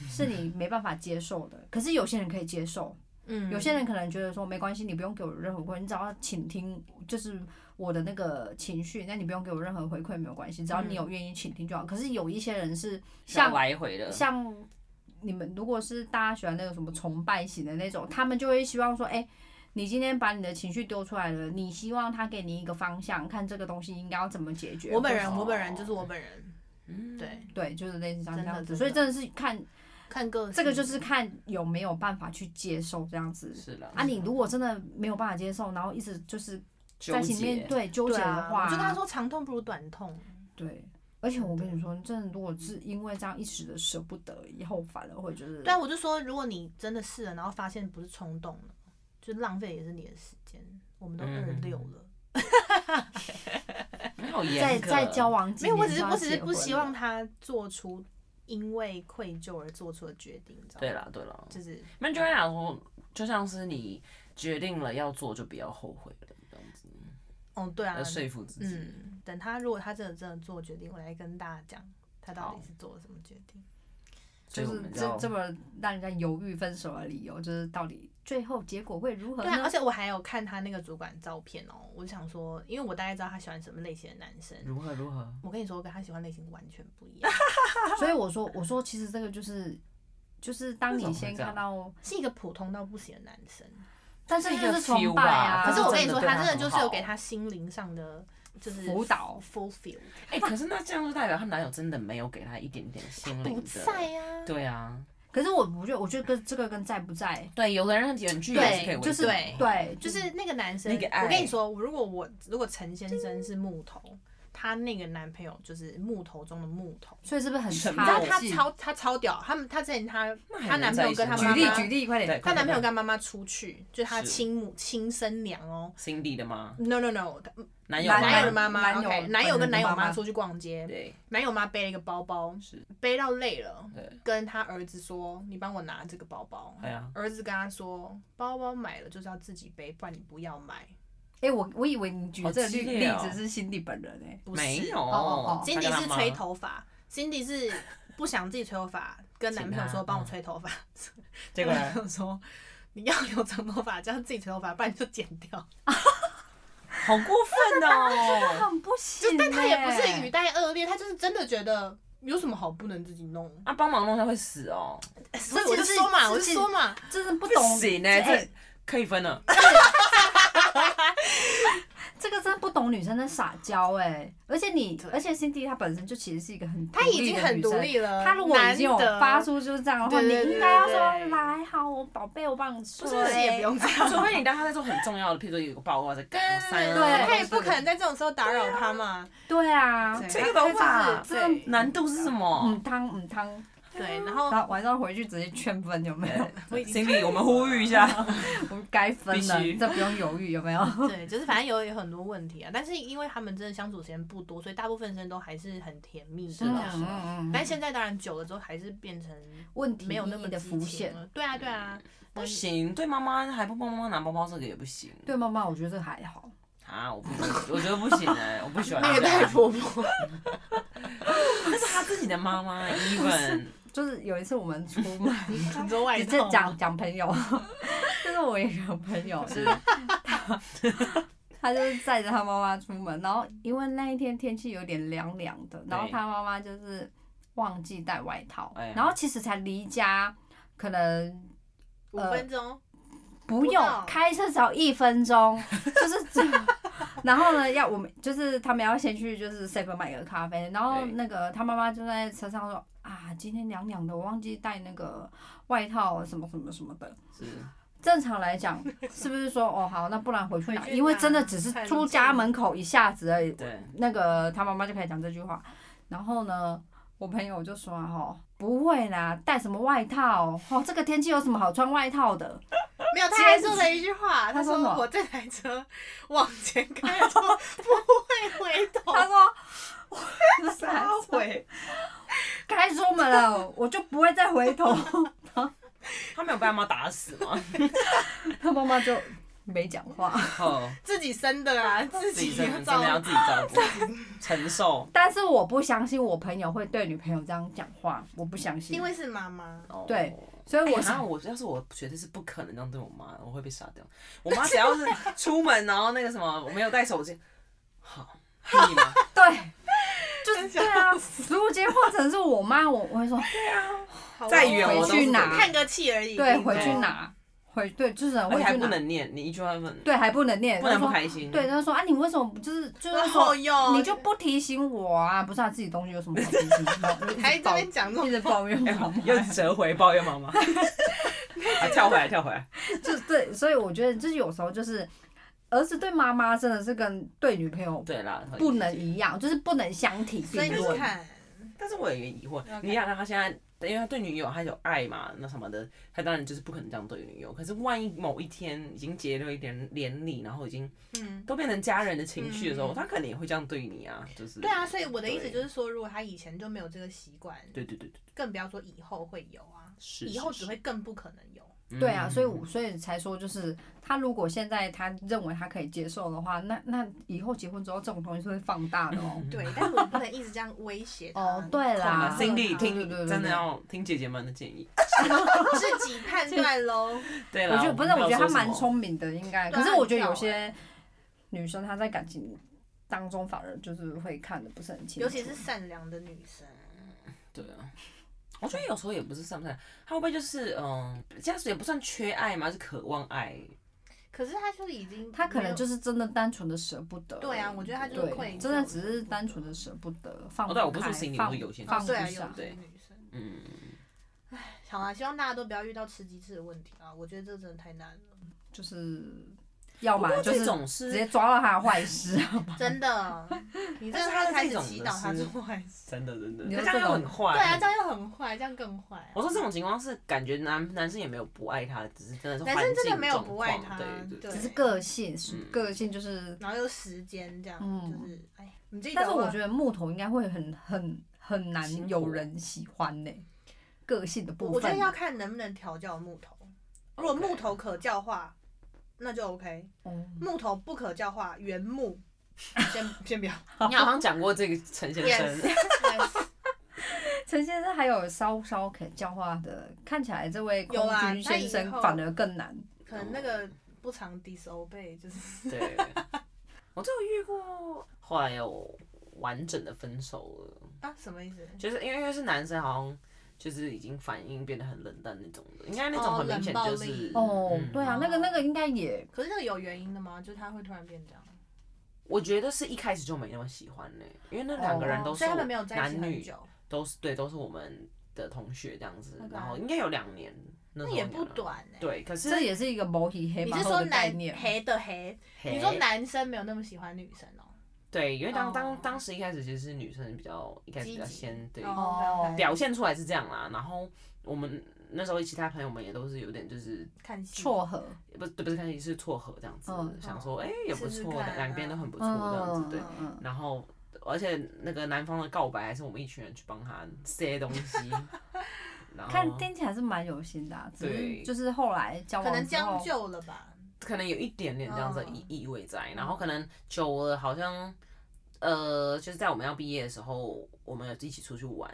Speaker 3: 法，是你没办法接受的，可是有些人可以接受。
Speaker 2: 嗯
Speaker 3: 有些人可能觉得说没关系，你不用给我任何回馈，你只要倾听，就是我的那个情绪，那你不用给我任何回馈没有关系，只要
Speaker 2: 嗯
Speaker 3: 你有愿意倾听就好。可是有一些人是
Speaker 1: 像
Speaker 3: 像
Speaker 1: 来回的，
Speaker 3: 像你们，如果是大家喜欢那种什么崇拜型的那种，他们就会希望说，哎、你今天把你的情绪丢出来了，你希望他给你一个方向，看这个东西应该要怎么解决。
Speaker 2: 我本
Speaker 3: 或是
Speaker 2: 人，
Speaker 1: 哦
Speaker 2: 我本人就是我本人，
Speaker 1: 嗯
Speaker 2: 对，
Speaker 3: 对，就是类似像这
Speaker 2: 真的真
Speaker 3: 样子，所以
Speaker 2: 的
Speaker 3: 真的是看
Speaker 2: 看个性
Speaker 3: 这个就是看有没有办法去接受这样子。
Speaker 1: 是了。
Speaker 3: 啊，你如果真的没有办法接受，然后一直就是
Speaker 1: 嗯纠
Speaker 3: 在心里
Speaker 1: 结
Speaker 3: 面，对纠结
Speaker 2: 对
Speaker 3: 的
Speaker 2: 啊，
Speaker 3: 话，
Speaker 2: 我就跟他说长痛不如短痛，
Speaker 3: 对。而且我跟你说，真的，如果是因为这样一时的舍不得，以后反而会就是
Speaker 2: 对啊，我就说如果你真的试了，然后发现不是冲动了，就浪费也是你的时间，我们都
Speaker 1: 嗯
Speaker 2: 二六了，
Speaker 1: 没有严
Speaker 3: 在
Speaker 1: 格
Speaker 3: 在交往几
Speaker 2: 没有，我
Speaker 3: 年
Speaker 2: 只
Speaker 3: 就是要
Speaker 2: 我只是
Speaker 3: 结
Speaker 2: 不
Speaker 3: 婚
Speaker 2: 希
Speaker 3: 了
Speaker 2: 望他做出因为愧疚而做出的决定，你知道吗？
Speaker 1: 对啦对啦，
Speaker 2: 就是
Speaker 1: 那就会想说，就像是你决定了要做，就不要后悔了，这样子
Speaker 2: 哦，对啊
Speaker 1: 来，说服自己。
Speaker 2: 嗯，等他如果他真的真的做决定，我来跟大家讲他到底
Speaker 1: 好
Speaker 2: 是做了什么决定。
Speaker 1: 所
Speaker 3: 就
Speaker 1: 以我
Speaker 3: 是
Speaker 1: 们
Speaker 3: 这
Speaker 1: 要
Speaker 3: 这么让人家犹豫分手的理由，就是到底最后结果会如何
Speaker 2: 对啊，
Speaker 3: 呢
Speaker 2: 而？且我还有看他那个主管照片哦，我就想说，因为我大概知道他喜欢什么类型的男生。
Speaker 1: 如何如何，
Speaker 2: 我跟你说，我跟他喜欢类型完全不一样，
Speaker 3: 所以我说，我说其实这个就是就是当
Speaker 1: 为什么
Speaker 3: 你
Speaker 1: 会
Speaker 3: 先
Speaker 1: 这样
Speaker 3: 看到，
Speaker 2: 是一个普通到不行的男生。
Speaker 3: 但
Speaker 1: 这
Speaker 3: 是
Speaker 1: 个
Speaker 3: 就是
Speaker 1: feel
Speaker 3: 崇拜
Speaker 1: 吧
Speaker 3: 啊。
Speaker 2: 可是我跟你说，
Speaker 1: 真的对
Speaker 2: 他
Speaker 1: 他
Speaker 2: 真的就是有给
Speaker 1: 很好
Speaker 2: 他心灵上的就是
Speaker 3: 辅导
Speaker 2: fulfill，
Speaker 1: 哎、可是那这样就代表她男友真的没有给她一点点心灵
Speaker 2: 不
Speaker 1: 的，
Speaker 2: 在啊。
Speaker 1: 对啊，
Speaker 3: 可是我不觉得，我觉得跟这个跟在不在，
Speaker 1: 对，有的人远距离
Speaker 2: 对
Speaker 1: 是可以维持
Speaker 3: 就是
Speaker 2: 对
Speaker 3: 对，
Speaker 2: 就是那个男生，
Speaker 1: 那个爱
Speaker 2: 我跟你说，如果我如果陈先生是木头，他那个男朋友就是木头中的木头。
Speaker 3: 所以是不是很
Speaker 1: 什
Speaker 3: 差
Speaker 1: 么
Speaker 2: 你知道
Speaker 1: 默
Speaker 2: 他
Speaker 3: 劲
Speaker 2: 超他超屌，他们他之前他
Speaker 1: 那还
Speaker 2: 她
Speaker 1: 能
Speaker 2: 男
Speaker 1: 在一
Speaker 2: 朋友跟
Speaker 1: 起
Speaker 2: 她
Speaker 1: 吗
Speaker 3: 举
Speaker 2: 妈
Speaker 3: 例
Speaker 2: 妈
Speaker 3: 举例，快点。
Speaker 1: 对，
Speaker 2: 她男朋友
Speaker 1: 跟
Speaker 2: 跟妈妈出去，就是她
Speaker 1: 是
Speaker 2: 亲母亲生娘哦。
Speaker 1: Cindy 的吗？
Speaker 2: No no no，
Speaker 1: 男友
Speaker 3: 男
Speaker 2: 男友的
Speaker 1: 吗
Speaker 2: 妈妈
Speaker 3: 男友
Speaker 2: ，OK，男友跟男友
Speaker 3: 本人的
Speaker 2: 妈
Speaker 3: 妈妈
Speaker 2: 出去逛街，
Speaker 1: 对，
Speaker 2: 男友妈背了一个包包，
Speaker 1: 是
Speaker 2: 背到累了，
Speaker 1: 对，
Speaker 2: 跟他儿子说：“你帮我拿这个包包。
Speaker 1: 哎呀，”
Speaker 2: 儿子跟他说：“包包买了就是要自己背，不然你不要买。
Speaker 3: 哎、我我以为你举
Speaker 1: 好
Speaker 3: 这个
Speaker 1: 激烈
Speaker 3: 例例
Speaker 1: 哦
Speaker 3: 子是辛迪本人哎、”
Speaker 2: 不是
Speaker 1: 没有
Speaker 3: 哦哦哦
Speaker 1: 她跟
Speaker 2: Cindy
Speaker 1: 她
Speaker 2: 是
Speaker 1: 妈
Speaker 2: 吹头发，Cindy 是不想自己吹头发，跟男朋友
Speaker 1: 请
Speaker 2: 说
Speaker 1: 他
Speaker 2: 帮我吹头发，
Speaker 1: 结 果呢
Speaker 2: 男朋友说你要留长头发，叫他自己吹头发，不然就剪 掉。
Speaker 1: 好过分哦！
Speaker 3: 很不行、
Speaker 2: 就但他也不是语，带恶劣，他就是真的觉得有什么好不能自己弄，
Speaker 1: 啊，帮忙弄他会死哦，
Speaker 2: 所以我就说嘛，我就说嘛，
Speaker 3: 真的不
Speaker 1: 不
Speaker 3: 懂
Speaker 1: 行呢、欸
Speaker 3: 哎
Speaker 1: 这可以分了。
Speaker 3: 这个真的不懂女生在撒娇哎，而且你，而且 Cindy 她本身就其实是一个很
Speaker 2: 他已经很独
Speaker 3: 独立的
Speaker 2: 立了，
Speaker 3: 女生。她如果已经有
Speaker 2: 难得
Speaker 3: 发，出就是这样的话，
Speaker 2: 对
Speaker 3: 你
Speaker 2: 对
Speaker 3: 应
Speaker 2: 对
Speaker 3: 该要
Speaker 2: 对
Speaker 3: 说
Speaker 1: 对
Speaker 3: 来好，我宝贝，我帮你吹。
Speaker 2: 不是也不 用这样，
Speaker 1: 除非你当 他在做很重要的，譬如说有个报告 在赶
Speaker 2: 对
Speaker 1: 塞
Speaker 3: 对
Speaker 1: 啊
Speaker 2: 他也不可能在这种时候打扰他嘛。
Speaker 3: 对啊
Speaker 2: 对，
Speaker 1: 吹个头发
Speaker 2: 这个
Speaker 1: 难度是什么
Speaker 3: 嗯？汤嗯汤，
Speaker 2: 对，然后
Speaker 3: 然后晚上回去直接劝分有没有？
Speaker 2: 我已经
Speaker 1: Cindy，我们呼吁一 下，
Speaker 3: 我们该分了
Speaker 1: 必，须
Speaker 3: 这不用犹豫有没有？
Speaker 2: 对，就是反正有有很多问题啊，但是因为他们真的相处时间不多，所以大部分生都还是很甜蜜的。
Speaker 1: 是啊
Speaker 3: 嗯嗯嗯
Speaker 2: 但现在当然久了之后，还是变成
Speaker 3: 问题
Speaker 2: 没有那么
Speaker 3: 一一的
Speaker 2: 激
Speaker 3: 浮
Speaker 2: 情
Speaker 3: 现。嗯
Speaker 2: 了。对啊，对啊，
Speaker 1: 不行，对妈妈还不帮妈妈拿包包，这个也不行。
Speaker 3: 对妈妈，我觉得这个还好。
Speaker 1: 啊，我不，我觉得不行 哎，我不喜欢
Speaker 2: 那
Speaker 1: 这
Speaker 2: 个
Speaker 1: 样
Speaker 2: 太 婆婆，
Speaker 1: 那是他自己的妈妈，even
Speaker 3: 就是有一次我们出 门，
Speaker 2: 很多外
Speaker 3: 直接讲讲朋友，就是我一个朋 友，
Speaker 1: 是
Speaker 3: 他就是载着他妈妈出门，然后因为那一天天气有点凉凉的，然后他妈妈就是忘记带外套
Speaker 1: 哎呀，
Speaker 3: 然后其实才离家可能
Speaker 2: 五
Speaker 3: 呃
Speaker 2: 分钟，
Speaker 3: 不用
Speaker 2: 不到
Speaker 3: 开车只要一分钟， 就是这样。然后呢，要我们就是他们要先去就是 seven 买个咖啡，然后
Speaker 1: 对
Speaker 3: 那个他妈妈就在车上说啊，今天凉凉的，我忘记带那个外套什么什么什么的。
Speaker 1: 是，
Speaker 3: 正常来讲，是不是说哦好，那不然回去拿？
Speaker 2: 回去拿
Speaker 3: 因为真的只是出家门口一下子而已，
Speaker 1: 对，
Speaker 3: 那个他妈妈就开始讲这句话。然后呢，我朋友就说哦，不会啦，带什么外套？哦，这个天气有什么好穿外套的？
Speaker 2: 没有，
Speaker 3: 接
Speaker 2: 他还说了一句话，
Speaker 3: 他
Speaker 2: 他
Speaker 3: 说
Speaker 2: 说
Speaker 3: 什么
Speaker 2: 我这台车往前开，我说 不会回头，
Speaker 3: 他说。我
Speaker 2: 撒
Speaker 1: 会，
Speaker 3: 开出门了， 我就不会再回头。
Speaker 1: 他没有被他妈打死吗？
Speaker 3: 他妈妈就没讲话，
Speaker 1: 哦，
Speaker 2: 自己生的啊，自
Speaker 1: 自己
Speaker 2: 己
Speaker 1: 真的真
Speaker 2: 造
Speaker 1: 的要自己照顾，承受。
Speaker 3: 但是我不相信我朋友会对女朋友这样讲话，我不相信。
Speaker 2: 因为是妈妈，
Speaker 3: 对，所以
Speaker 1: 我
Speaker 3: 我
Speaker 1: 然后哦哎我要是我绝对是不可能这样对我妈，我会被杀掉。我妈只要是出门，然后那个什么，我没有带手机，好，你吗？
Speaker 3: 对，就是 对啊。如果今天换成是我妈，我我会说
Speaker 2: 好
Speaker 1: 再远
Speaker 3: 我都是回去拿
Speaker 2: 看个气而已，
Speaker 3: 对，
Speaker 2: 顶多
Speaker 3: 回去。拿，回对，就是
Speaker 1: 而
Speaker 3: 回
Speaker 1: 且还
Speaker 3: 去
Speaker 1: 不
Speaker 3: 拿。
Speaker 1: 能念，你一句话不能，
Speaker 3: 对，还不能念，
Speaker 1: 不能
Speaker 3: 他
Speaker 1: 不
Speaker 3: 说
Speaker 1: 开心。
Speaker 3: 对，，他就说啊，你为什么不就是就是
Speaker 2: 然后
Speaker 3: 说，
Speaker 2: 又
Speaker 3: 你就不提醒我啊？不是他自己东西有什么好提醒的？然后就一直
Speaker 2: 还这
Speaker 3: 抱
Speaker 2: 边讲这
Speaker 3: 一
Speaker 2: 种
Speaker 3: 直抱怨我妈。
Speaker 1: 哎又折回抱怨妈妈，啊，跳回来，跳回来。
Speaker 3: 就对，所以我觉得就是有时候就是儿子对妈妈真的是跟对女朋友
Speaker 1: 对啦，
Speaker 3: 不能一样，就是不能相提
Speaker 2: 所以
Speaker 3: 并
Speaker 2: 你
Speaker 3: 论。
Speaker 2: 看，
Speaker 1: 但是我有一个疑惑
Speaker 2: OK
Speaker 1: 你想想他现在，因为他对女友他有爱嘛，那什么的，他当然就是不可能这样对女友。可是万一某一天已经结了一点连理，然后已经
Speaker 2: 嗯，
Speaker 1: 都变成家人的情绪的时候，
Speaker 2: 嗯
Speaker 1: 他肯定也会这样对你啊，就是。
Speaker 2: 对啊，所以我的意思
Speaker 1: 对
Speaker 2: 就是说，如果他以前就没有这个习惯，
Speaker 1: 对对对对，
Speaker 2: 更不要说以后会有啊，
Speaker 1: 是。
Speaker 2: 以后
Speaker 1: 是嗯
Speaker 2: 只会更不可 能有。
Speaker 3: 对啊，所以我所以才说，就是他如果现在他认为他可以接受的话，那那以后结婚之后这种东西是会放大的哦。
Speaker 1: 嗯
Speaker 2: 对，但是我不能一直这样威胁他。
Speaker 3: 哦对啦
Speaker 1: 啊
Speaker 3: 啊
Speaker 1: ，Cindy
Speaker 2: 控制
Speaker 1: 听
Speaker 3: 对对对
Speaker 1: 真的要听姐姐们的建议。
Speaker 2: 他自己判断喽。
Speaker 1: 嗯对
Speaker 3: 我
Speaker 1: 啦，
Speaker 3: 觉得不是，
Speaker 1: 们没
Speaker 3: 我
Speaker 1: 有
Speaker 3: 觉
Speaker 1: 说
Speaker 3: 得他
Speaker 1: 什
Speaker 3: 蛮
Speaker 1: 么，
Speaker 3: 聪明的，应该。
Speaker 2: 对
Speaker 3: 可
Speaker 2: 啊
Speaker 3: 是我觉得有
Speaker 2: 很屌
Speaker 3: 些女生她在感情当中反而就是会看的不是很清楚，
Speaker 2: 尤其是善良的女生，
Speaker 1: 对啊。我觉得有时候也不是算不算，他会不会就是嗯，这样子也不算缺爱嘛，是渴望爱。
Speaker 2: 可是她就已经，
Speaker 3: 她可能就是真的单纯的舍不得。
Speaker 2: 对啊，我觉得她就是愧
Speaker 3: 对，
Speaker 2: 疚，
Speaker 3: 真的只是单纯的舍不得，放
Speaker 1: 哦，
Speaker 3: 不
Speaker 1: 对，
Speaker 3: 开，
Speaker 1: 我不是说 Cindy，我
Speaker 3: 放
Speaker 1: 是有些
Speaker 3: 放
Speaker 2: 哦，
Speaker 3: 不
Speaker 2: 对啊，
Speaker 3: 下
Speaker 2: 有些女生。
Speaker 1: 嗯，
Speaker 2: 好啊，希望大家都不要遇到吃鸡翅的问题啊！我觉得这真的太难了，
Speaker 3: 就是要么
Speaker 1: 不过
Speaker 3: 就
Speaker 1: 这
Speaker 3: 是
Speaker 1: 种是
Speaker 3: 直接抓到他的坏事啊，
Speaker 2: 真的。 你这
Speaker 1: 但是
Speaker 2: 样
Speaker 1: 她
Speaker 2: 开
Speaker 1: 这
Speaker 2: 始
Speaker 1: 种
Speaker 2: 祈
Speaker 1: 的
Speaker 2: 祷她
Speaker 1: 是
Speaker 2: 做坏事，
Speaker 1: 真的真的，
Speaker 3: 你
Speaker 1: 可
Speaker 3: 说
Speaker 1: 是这样又
Speaker 3: 这
Speaker 1: 很
Speaker 3: 种
Speaker 1: 坏。
Speaker 2: 对啊，这样又很坏，这样更坏啊。
Speaker 1: 我说这种情况是感觉男男生也没有不爱他，只是真的是
Speaker 2: 男
Speaker 1: 环
Speaker 2: 生真的
Speaker 1: 境
Speaker 2: 没有
Speaker 1: 状
Speaker 2: 不爱
Speaker 1: 况
Speaker 2: 他
Speaker 1: 对对
Speaker 2: 对
Speaker 3: 只是个性，是
Speaker 1: 嗯
Speaker 3: 个性就是。
Speaker 2: 然后又时间这样，
Speaker 3: 嗯
Speaker 2: 就是哎，你自己
Speaker 3: 但是
Speaker 2: 的
Speaker 3: 我
Speaker 2: 话
Speaker 3: 觉得木头应该会很很很
Speaker 1: 辛
Speaker 3: 难
Speaker 1: 苦
Speaker 3: 有人喜欢呢、个性的部
Speaker 2: 我觉得
Speaker 3: 分。
Speaker 2: 要看能不能调教木头。如果
Speaker 1: OK
Speaker 2: 木头可教化，那就 OK；
Speaker 3: 嗯
Speaker 2: 木头不可教化，原 木先先不要。
Speaker 1: 你好像讲过这个陈先
Speaker 2: Yes，
Speaker 1: 生，
Speaker 2: yes，
Speaker 3: 陈先生还有稍稍可教化的，看起来这位空
Speaker 2: 有啊
Speaker 3: 军先
Speaker 2: 那
Speaker 3: 生
Speaker 2: 以后
Speaker 3: 反而更难。
Speaker 2: 可能那个不常 disobey 就是
Speaker 1: 对，我就有遇过，后来有完整的分手了，
Speaker 2: 啊什么意思？
Speaker 1: 就是因为因为是男生好像。就是已经反应变得很冷淡那种的，应该那种
Speaker 2: 哦
Speaker 1: 很明显就
Speaker 2: 冷暴
Speaker 1: 是
Speaker 2: 力
Speaker 3: 哦，
Speaker 1: 嗯
Speaker 3: 对啊，那个那个应该也
Speaker 2: 可是那个有原因的吗？就是他会突然变这样？
Speaker 1: 我觉得是一开始就没那么喜欢呢、因为那两个人都是
Speaker 2: 哦所以他
Speaker 1: 我
Speaker 2: 们没有在一起
Speaker 1: 男
Speaker 2: 很
Speaker 1: 女，
Speaker 2: 久，
Speaker 1: 都是对，都是我们的同学这样子
Speaker 2: OK，
Speaker 1: 然后应该有两年，那时
Speaker 2: 那
Speaker 1: 候
Speaker 2: 也
Speaker 1: 应该
Speaker 2: 不
Speaker 1: 有两年。
Speaker 2: 短哎、
Speaker 1: 对，可是
Speaker 3: 这也是一个某体黑
Speaker 2: 你
Speaker 3: 马
Speaker 2: 是
Speaker 3: 后
Speaker 2: 说
Speaker 3: 的概
Speaker 2: 男
Speaker 3: 念。
Speaker 2: 黑的黑？
Speaker 1: 嘿
Speaker 2: 你说男生没有那么喜欢女生哦、
Speaker 1: 对，因为当
Speaker 2: 哦
Speaker 1: 当当时一开始其实是女生比较一开始比较
Speaker 2: 积极
Speaker 1: 先对
Speaker 2: 哦
Speaker 3: 哦
Speaker 1: 表现出来是这样啦，然后我们那时候其他朋友们也都是有点就是
Speaker 2: 看戏
Speaker 3: 撮合，
Speaker 1: 不是对不是看戏是撮合这样子，
Speaker 3: 嗯
Speaker 1: 想说哎、也不
Speaker 2: 试试
Speaker 1: 错，
Speaker 2: 看
Speaker 1: 两边都很不错这样子
Speaker 3: 嗯
Speaker 1: 对，
Speaker 3: 嗯嗯，
Speaker 1: 然后而且那个男方的告白还是我们一群人去帮他塞东西，然后
Speaker 3: 看听起来是蛮有心的、啊，只是
Speaker 1: 对
Speaker 3: 就是后来交
Speaker 2: 可
Speaker 3: 往
Speaker 2: 能
Speaker 3: 之后
Speaker 2: 将，就了吧。
Speaker 1: 可能有一点点这样子的
Speaker 2: 嗯
Speaker 1: 意意味在，然后可能久了好像，呃，就是在我们要毕业的时候，我们有一起出去玩。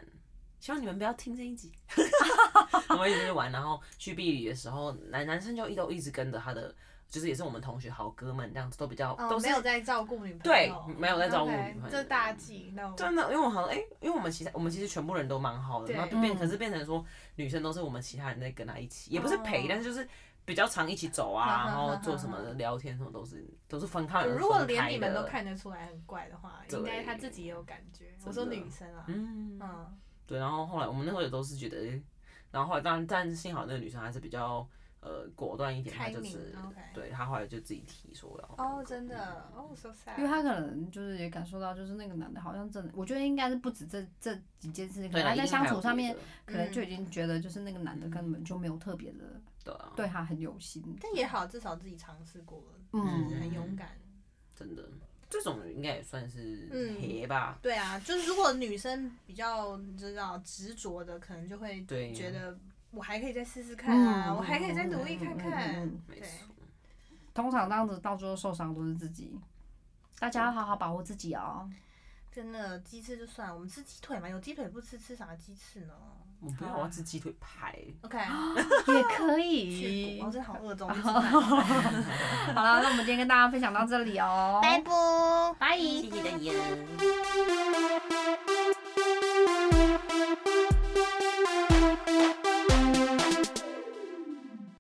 Speaker 1: 希望你们不要听这一 集。 我们一起出去玩，然后去毕旅的时候，男男生就一都一直跟着他的，就是也是我们同学好哥们这样子，都比较、
Speaker 2: 哦，
Speaker 1: 都是
Speaker 2: 没有在照顾女朋
Speaker 1: 对
Speaker 2: 友，
Speaker 1: 没有在照顾女
Speaker 2: OK，
Speaker 1: 朋友
Speaker 2: 这大忌。那我
Speaker 1: 真的，因为我好像哎、因为我们其实我们其实全部人都蛮好的，
Speaker 2: 对
Speaker 1: 然后就变，
Speaker 3: 嗯
Speaker 1: 可是变成说女生都是我们其他人在跟他一起，也不是陪
Speaker 2: 哦，
Speaker 1: 但是就是比较常一起走
Speaker 2: 哈哈
Speaker 1: 啊，然
Speaker 2: 哈
Speaker 1: 后
Speaker 2: 哈
Speaker 1: 做什么的聊天什么都是都是分开的。
Speaker 2: 如果
Speaker 1: 分
Speaker 2: 连
Speaker 1: 开
Speaker 2: 你们
Speaker 1: 的
Speaker 2: 都，看得出来很怪的话，
Speaker 1: 对
Speaker 2: 应该他自己也有感觉。我说
Speaker 1: 真的
Speaker 2: 女生啊，
Speaker 1: 嗯，
Speaker 2: 嗯，
Speaker 1: 对，然后后来我们那时候也都是觉得，诶然后后来当然，但幸好那个女生还是比较呃果断一点，她
Speaker 2: 开
Speaker 1: 就
Speaker 2: 明
Speaker 1: 是
Speaker 2: ，OK
Speaker 1: 对她后来就自己提说我要分
Speaker 2: 哦，
Speaker 1: 手
Speaker 2: 真的，哦，so sad。
Speaker 3: 因为他可能就是也感受到，就是那个男的好像真的，我觉得应该是不止这这几件事情，可
Speaker 1: 对
Speaker 3: 能
Speaker 1: 啦，
Speaker 3: 他
Speaker 1: 一
Speaker 3: 在
Speaker 1: 定
Speaker 3: 相
Speaker 1: 还有
Speaker 3: 处上
Speaker 1: 别
Speaker 3: 面
Speaker 1: 的
Speaker 3: 可能就已经觉得就是那个男的根本就没有特别的
Speaker 1: 对啊，
Speaker 3: 对他很有心，
Speaker 2: 但也好，至少自己尝试过了，
Speaker 3: 嗯
Speaker 2: 很勇敢。
Speaker 1: 真的这种应该也算是
Speaker 2: 嗯
Speaker 1: 陪吧，
Speaker 2: 对啊，就是如果女生比较你知道执着的，可能就会
Speaker 1: 对
Speaker 2: 觉得我还可以再试试看啊，
Speaker 3: 嗯
Speaker 2: 我还可以再努力看
Speaker 3: 嗯嗯嗯
Speaker 2: 看
Speaker 3: 嗯。
Speaker 1: 没
Speaker 2: 对
Speaker 1: 错。
Speaker 3: 通常这样子到最后受伤都是自己，大家要好好把握自己哦。
Speaker 2: 真的，鸡翅就算了，我们吃鸡腿嘛，有鸡腿不吃，吃啥鸡翅呢
Speaker 1: 我不要，
Speaker 2: 好啊
Speaker 1: 我要吃鸡腿排。
Speaker 2: ？OK，
Speaker 3: 啊也可
Speaker 2: 去
Speaker 3: 以
Speaker 2: 骨，我、。真的好 饿，中午去吃
Speaker 3: 哦
Speaker 2: 饭
Speaker 3: 好了，那我们今天跟大家分享到这里哦，
Speaker 2: 拜拜。
Speaker 3: 拜。
Speaker 1: 谢谢大家。